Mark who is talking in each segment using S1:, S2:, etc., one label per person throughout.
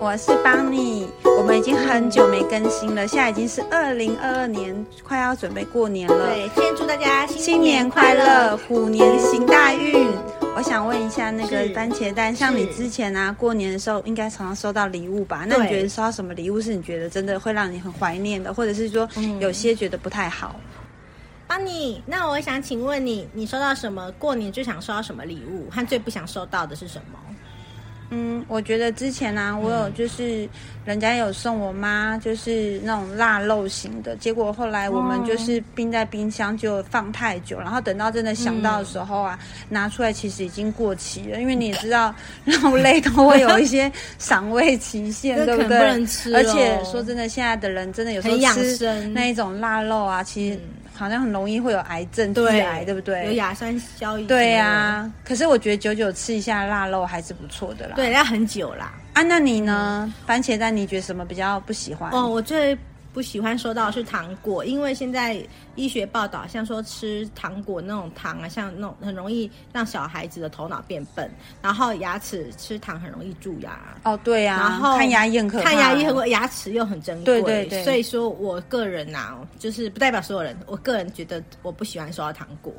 S1: 我是邦尼。我们已经很久没更新了，现在已经是二零二二年，快要准备过年了。
S2: 对，先祝大家
S1: 呃新年快乐，虎年行大运。我想问一下，那个
S2: 是
S1: 番茄蛋，像
S2: 是
S1: 你之前啊，过年的时候应该常常收到礼物吧？那
S2: 对
S1: 你觉得收到什么礼物是你觉得真的会让你很怀念的，或者是说有些觉得不太好？
S2: 邦尼，那我想请问你，你收到什么？过年最想收到什么礼物，和最不想收到的是什么？
S1: 嗯，我觉得之前啊，我
S2: 嗯
S1: 有就是人家有送我妈就是那种腊肉型的，结果后来我们就是冰在冰箱，就放太久，然后等到真的想到的时候
S2: 哦
S1: 啊，拿出来其实已经过期了，因为你也知道肉类都会有一些 赏味期限，
S2: 这
S1: 对不
S2: 可能
S1: 对？
S2: 不能吃
S1: 而且
S2: 哦
S1: 说真的，现在的人真的有时候
S2: 很养
S1: 吃
S2: 生
S1: 那一种腊肉啊，其实好像很容易会有癌症、致癌，对
S2: 嗯有
S1: 不对？
S2: 亚酸消炎。
S1: 对呀、，
S2: 啊
S1: 可是我觉得久久吃一下腊肉还是不错的啦。
S2: 对，要很久啦。
S1: 啊，那你呢？番茄蛋，你觉得什么比较不喜欢？
S2: 哦，我最不喜欢收到的是糖果，因为现在医学报道，像说吃糖果那种糖啊，像那种很容易让小孩子的头脑变笨，然后牙齿吃糖很容易蛀牙。啊
S1: 哦，对呀、
S2: 然后
S1: 看牙医很可怕，
S2: 看牙医很贵，牙齿又很珍贵，
S1: 对对对
S2: 所以说我个人呐、就是不代表所有人，我个人觉得我不喜欢收到糖果。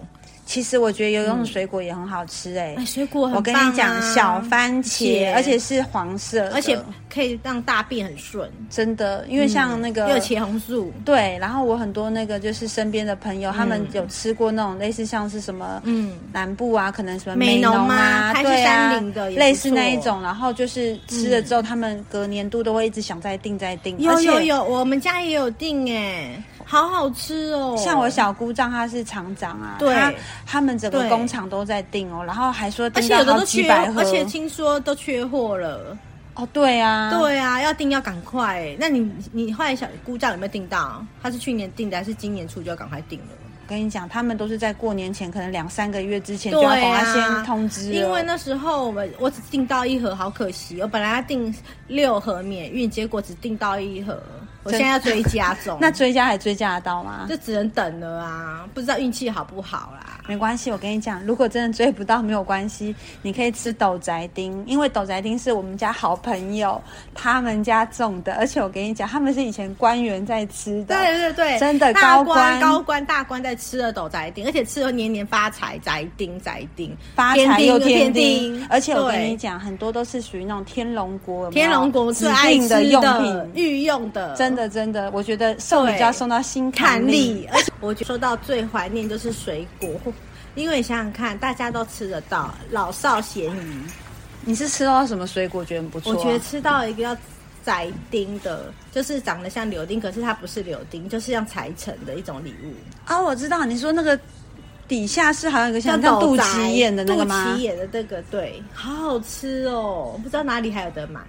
S1: 其实我觉得有用水果也很好吃哎、
S2: 哎，水果很、
S1: 我跟你讲，小，番茄，
S2: 茄
S1: 而且是黄色的，
S2: 而且可以让大便很顺，
S1: 真的，因为像那个、
S2: 嗯又有茄红素，
S1: 对，然后我很多那个就是身边的朋友，他们有吃过那种类似像是什么，
S2: 嗯，
S1: 南部啊，可能什么
S2: 美浓
S1: 浓
S2: 啊它是
S1: 对啊，
S2: 山林的也
S1: 类
S2: 不
S1: 似
S2: 错嗯
S1: 那一种，然后就是吃了之后，他们隔年度都会一直想再订再订，而
S2: 有
S1: 且
S2: 有有，我们家也有订哎，好好吃哦。
S1: 像我，小姑丈他是厂长啊，
S2: 对
S1: 他他们整个
S2: 对
S1: 工厂都在订哦，然后还说
S2: 而
S1: 订
S2: 且
S1: 到
S2: 有的
S1: 好
S2: 都
S1: 几
S2: 缺，哦
S1: 百盒，
S2: 而且听说都缺货了。
S1: 哦对啊，
S2: 对啊，要订要赶快欸。那你你后来小姑丈有没有订到？他是去年订的，还是今年初就要赶快订了？
S1: 我跟你讲，他们都是在过年前可能两三个月之前就
S2: 对
S1: 要赶
S2: 啊，
S1: 快先通知了
S2: 因为那时候我们我只订到一盒，好可惜。我本来要订六盒免运，结果只订到一盒，我
S1: 真。
S2: 现在要追加中
S1: 那追加还追加得到吗？
S2: 就只能等了啊，不知道运气好不好啦。
S1: 没关系，我跟你讲，如果真的追不到没有关系，你可以吃斗宅丁，因为斗宅丁是我们家好朋友他们家种的，而且我跟你讲，他们是以前官员在吃的，
S2: 对对对，
S1: 啊真的
S2: 大
S1: 高官
S2: 高官大官在吃了斗宅丁，而且吃了年年发财宅丁宅丁，
S1: 发财又
S2: 天
S1: 天
S2: 丁
S1: 丁，而且我跟你
S2: 对
S1: 讲，很多都是属于那种天龙国有没有
S2: 天龙国最
S1: 指
S2: 爱
S1: 定
S2: 吃
S1: 的
S2: 的嗯
S1: 用品，
S2: 御用的，
S1: 真的真的，我觉得送礼就要送到心坎
S2: 看
S1: 里。
S2: 力。而且我觉得说到最怀念就是水果，因为你想想看，大家都吃得到老少咸宜，
S1: 你是吃到什么水果觉得很不错
S2: 我
S1: 啊？
S2: 觉得吃到一个叫宅丁的，就是长得像柳丁，可是它不是柳丁，就是像柴城的一种礼物。
S1: 啊，我知道你说那个底下是好像有个像像
S2: 叫
S1: 肚
S2: 仔
S1: 脐眼的那个吗
S2: 肚脐？眼的那个，对，好好吃哦，不知道哪里还有得买。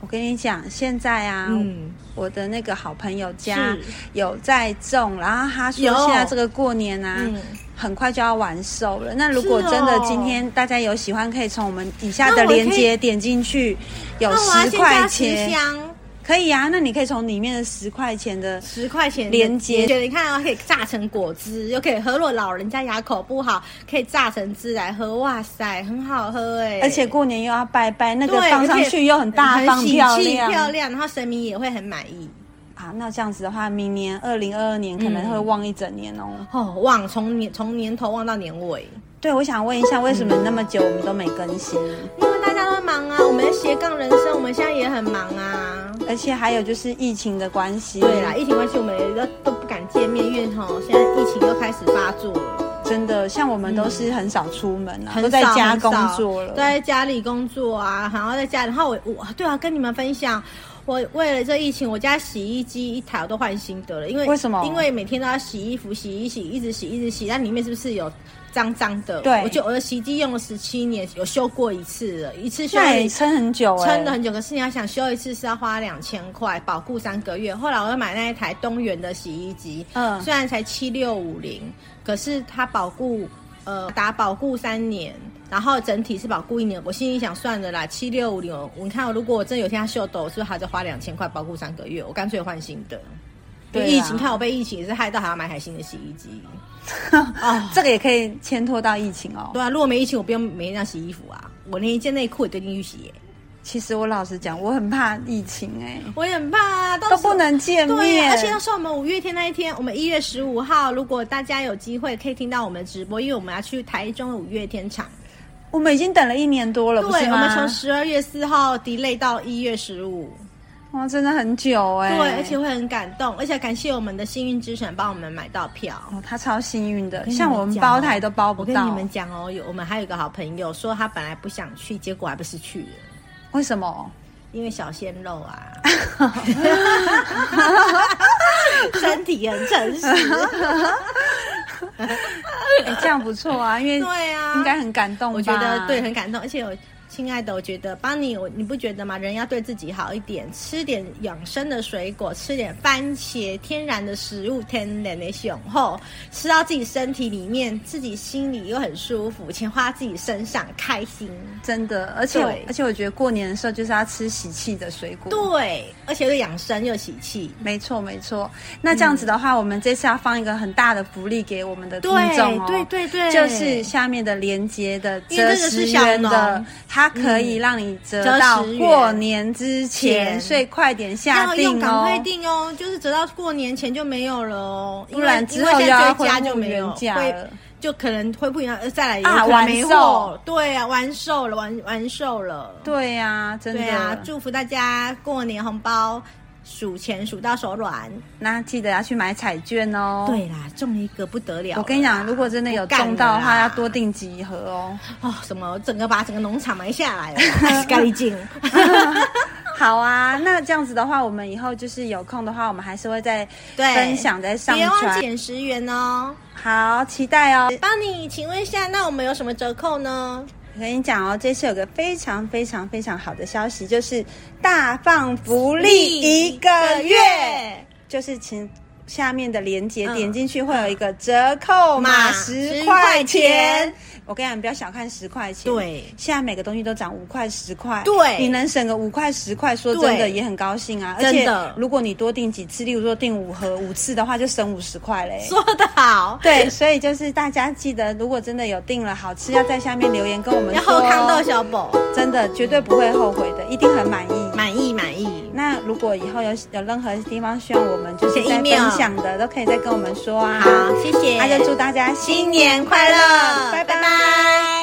S1: 我跟你讲，现在啊，
S2: 嗯，
S1: 我的那个好朋友家
S2: 是
S1: 有在种，然后他说
S2: 有
S1: 现在这个过年啊
S2: 嗯，
S1: 很快就要完售了。那如果
S2: 是哦
S1: 真的今天大家有喜欢，可以从我们以下的
S2: 那我可以
S1: 链接点进去，有
S2: 那我要
S1: 十
S2: 先
S1: 块
S2: 加十
S1: 钱，
S2: 箱，
S1: 可以啊。那你可以从里面的十块钱的，
S2: 十块钱的
S1: 连接
S2: 你看哦，可以榨成果汁，又可以喝。如果老人家牙口不好，可以榨成汁来喝。哇塞，很好喝哎！
S1: 而且过年又要拜拜，那
S2: 对
S1: 个放上去又很大
S2: 很
S1: 方
S2: 喜
S1: 漂
S2: 气
S1: 亮
S2: 漂亮，然后神明也会很满意。
S1: 啊。那这样子的话，明年二零二二年可能会旺一整年哦。
S2: 哦，旺从年从年头旺到年尾，
S1: 对，我想问一下，为什么那么久我们都没更新？
S2: 因为大家都忙啊，我们的斜杠人生，我们现在也很忙啊。
S1: 而且还有就是疫情的关系，
S2: 对啦，疫情关系我们也都都不敢见面，因为吼现在疫情又开始发作了，
S1: 真的，像我们都是很少出门
S2: 嗯
S1: 啊，
S2: 很
S1: 都
S2: 少
S1: 在家
S2: 很少
S1: 工作了。
S2: 都在家里工作啊，然后在家，然后我我对啊，跟你们分享。我为了这疫情，我家洗衣机一台我都换新的了，因为
S1: 为什么
S2: 因为每天都要洗衣服，洗一洗，一直洗，一直洗，那里面是不是有脏脏的？
S1: 对
S2: 我就我的洗衣机用了十七年，有修过一次了，一次修
S1: 那
S2: 了
S1: 也
S2: 一
S1: 撑很久哎、
S2: 撑了很久，可是你要想修一次是要花两千块，保固三个月。后来我又买那一台东元的洗衣机，
S1: 嗯
S2: 虽然才七六五零，可是它保固呃打保固三年，然后整体是保固一年。我心里想算了啦，七六五零，我你看我如果我真有一天要秀抖，是不是还得花两千块保固三个月？我干脆换新的。
S1: 对啊
S2: 疫情，看我被疫情也是害到，还要买台新的洗衣机。哦
S1: 这个也可以牵拖到疫情哦。
S2: 对啊，如果没疫情，我不用每天这样洗衣服啊，我连一件内裤也丢进去洗耶、
S1: 其实我老实讲，我很怕疫情哎、
S2: 我也很怕啊，到时
S1: 都
S2: 候
S1: 不能见
S2: 对，
S1: 面，
S2: 而且到时候我们五月天那一天，我们一月十五号，如果大家有机会可以听到我们的直播，因为我们要去台中的五月天场。
S1: 我们已经等了一年多了，
S2: 对，
S1: 不是
S2: 我
S1: 吗？
S2: 们从十二月四号 delay 到一月十五。
S1: 哇，真的很久哎、
S2: 对，而且会很感动，而且感谢我们的幸运之神帮我们买到票。
S1: 哦，他超幸运的，
S2: 跟你
S1: 像我们包
S2: 讲
S1: 台
S2: 哦
S1: 都包不
S2: 我跟
S1: 到。
S2: 你们讲哦，有我们还有一个好朋友说他本来不想去，结果还不是去了，
S1: 为什么？
S2: 因为小鲜肉啊， 身体很诚实。
S1: 哎、这样不错啊，因为
S2: 对啊，
S1: 应该很感动吧？
S2: 我觉得对，很感动，而且我。亲爱的，我觉得帮你，我你不觉得吗？人要对自己好一点，吃点养生的水果，吃点番茄，天然的食物，天然的雄厚，吃到自己身体里面，自己心里又很舒服，钱花自己身上，开心。
S1: 真的，而且我
S2: 对
S1: 而且我觉得过年的时候就是要吃喜气的水果。
S2: 对，而且又养生又喜气。
S1: 没错没错。那这样子的话，我们这次要放一个很大的福利给我们的听众哦。
S2: 对对对，
S1: 就是下面的连接的
S2: 因为
S1: 折
S2: 这个
S1: 十
S2: 是小
S1: 元的
S2: 农，
S1: 它可以让你折
S2: 折
S1: 到
S2: 10元
S1: 过年之前，
S2: 前
S1: 所以快点下
S2: 要用，
S1: 定
S2: 赶
S1: 哦
S2: 快。订哦，就是直到过年前就没有了哦，因
S1: 不
S2: 为
S1: 然
S2: 因
S1: 之
S2: 为
S1: 后
S2: 现
S1: 又
S2: 在追
S1: 要恢
S2: 加就
S1: 复
S2: 没有
S1: 原价
S2: 会
S1: 了。
S2: 就可能会不一样，呃再来也有
S1: 啊
S2: 可能没
S1: 完售
S2: 货，对啊，完售了，完完售了，
S1: 对呀、真的。
S2: 对啊，祝福大家过年红包数钱数到手软，
S1: 那记得要去买彩券哦。，
S2: 对啦，中了一个不得了了啦，
S1: 我跟你讲，如果真的有中到的
S2: 不干
S1: 话，
S2: 了啦
S1: 要多订几盒 哦。
S2: 哦，什么整个把整个农场买下来了，干净，
S1: 好啊，那这样子的话，我们以后就是有空的话，我们还是会再
S2: 对，
S1: 分享再上
S2: 别忘记
S1: 传。
S2: 减十元哦。
S1: 好，期待哦。
S2: 帮你请问一下，那我们有什么折扣呢？
S1: 我跟你讲哦，这次有个非常非常非常好的消息，就是大放福利一个月，就是请下面的链接
S2: 嗯
S1: 点进去会有一个折扣码
S2: 码
S1: 十
S2: 10
S1: 块
S2: 块
S1: 钱
S2: 钱。
S1: 我跟你讲，你不要小看十块钱，
S2: 对
S1: 现在每个东西都涨五块十块，
S2: 对
S1: 你能省个五块十块，说真的
S2: 对
S1: 也很高兴啊。而
S2: 真
S1: 且
S2: 的
S1: 如果你多订几次，例如说订五盒五次的话，就省五十块嘞。
S2: 说得好，
S1: 对，所以就是大家记得，如果真的有订了好吃，要在下面留言跟我们
S2: 要
S1: 说
S2: 后
S1: 哦。
S2: 康豆小宝，
S1: 真的绝对不会后悔的，一定很满意。
S2: 满意满意。
S1: 那如果以后有有任何地方需要我们就是
S2: 写
S1: 在
S2: email
S1: 分享的，都可以再跟我们说啊。
S2: 好，谢谢，
S1: 那就祝大家新年快乐，拜拜
S2: 拜拜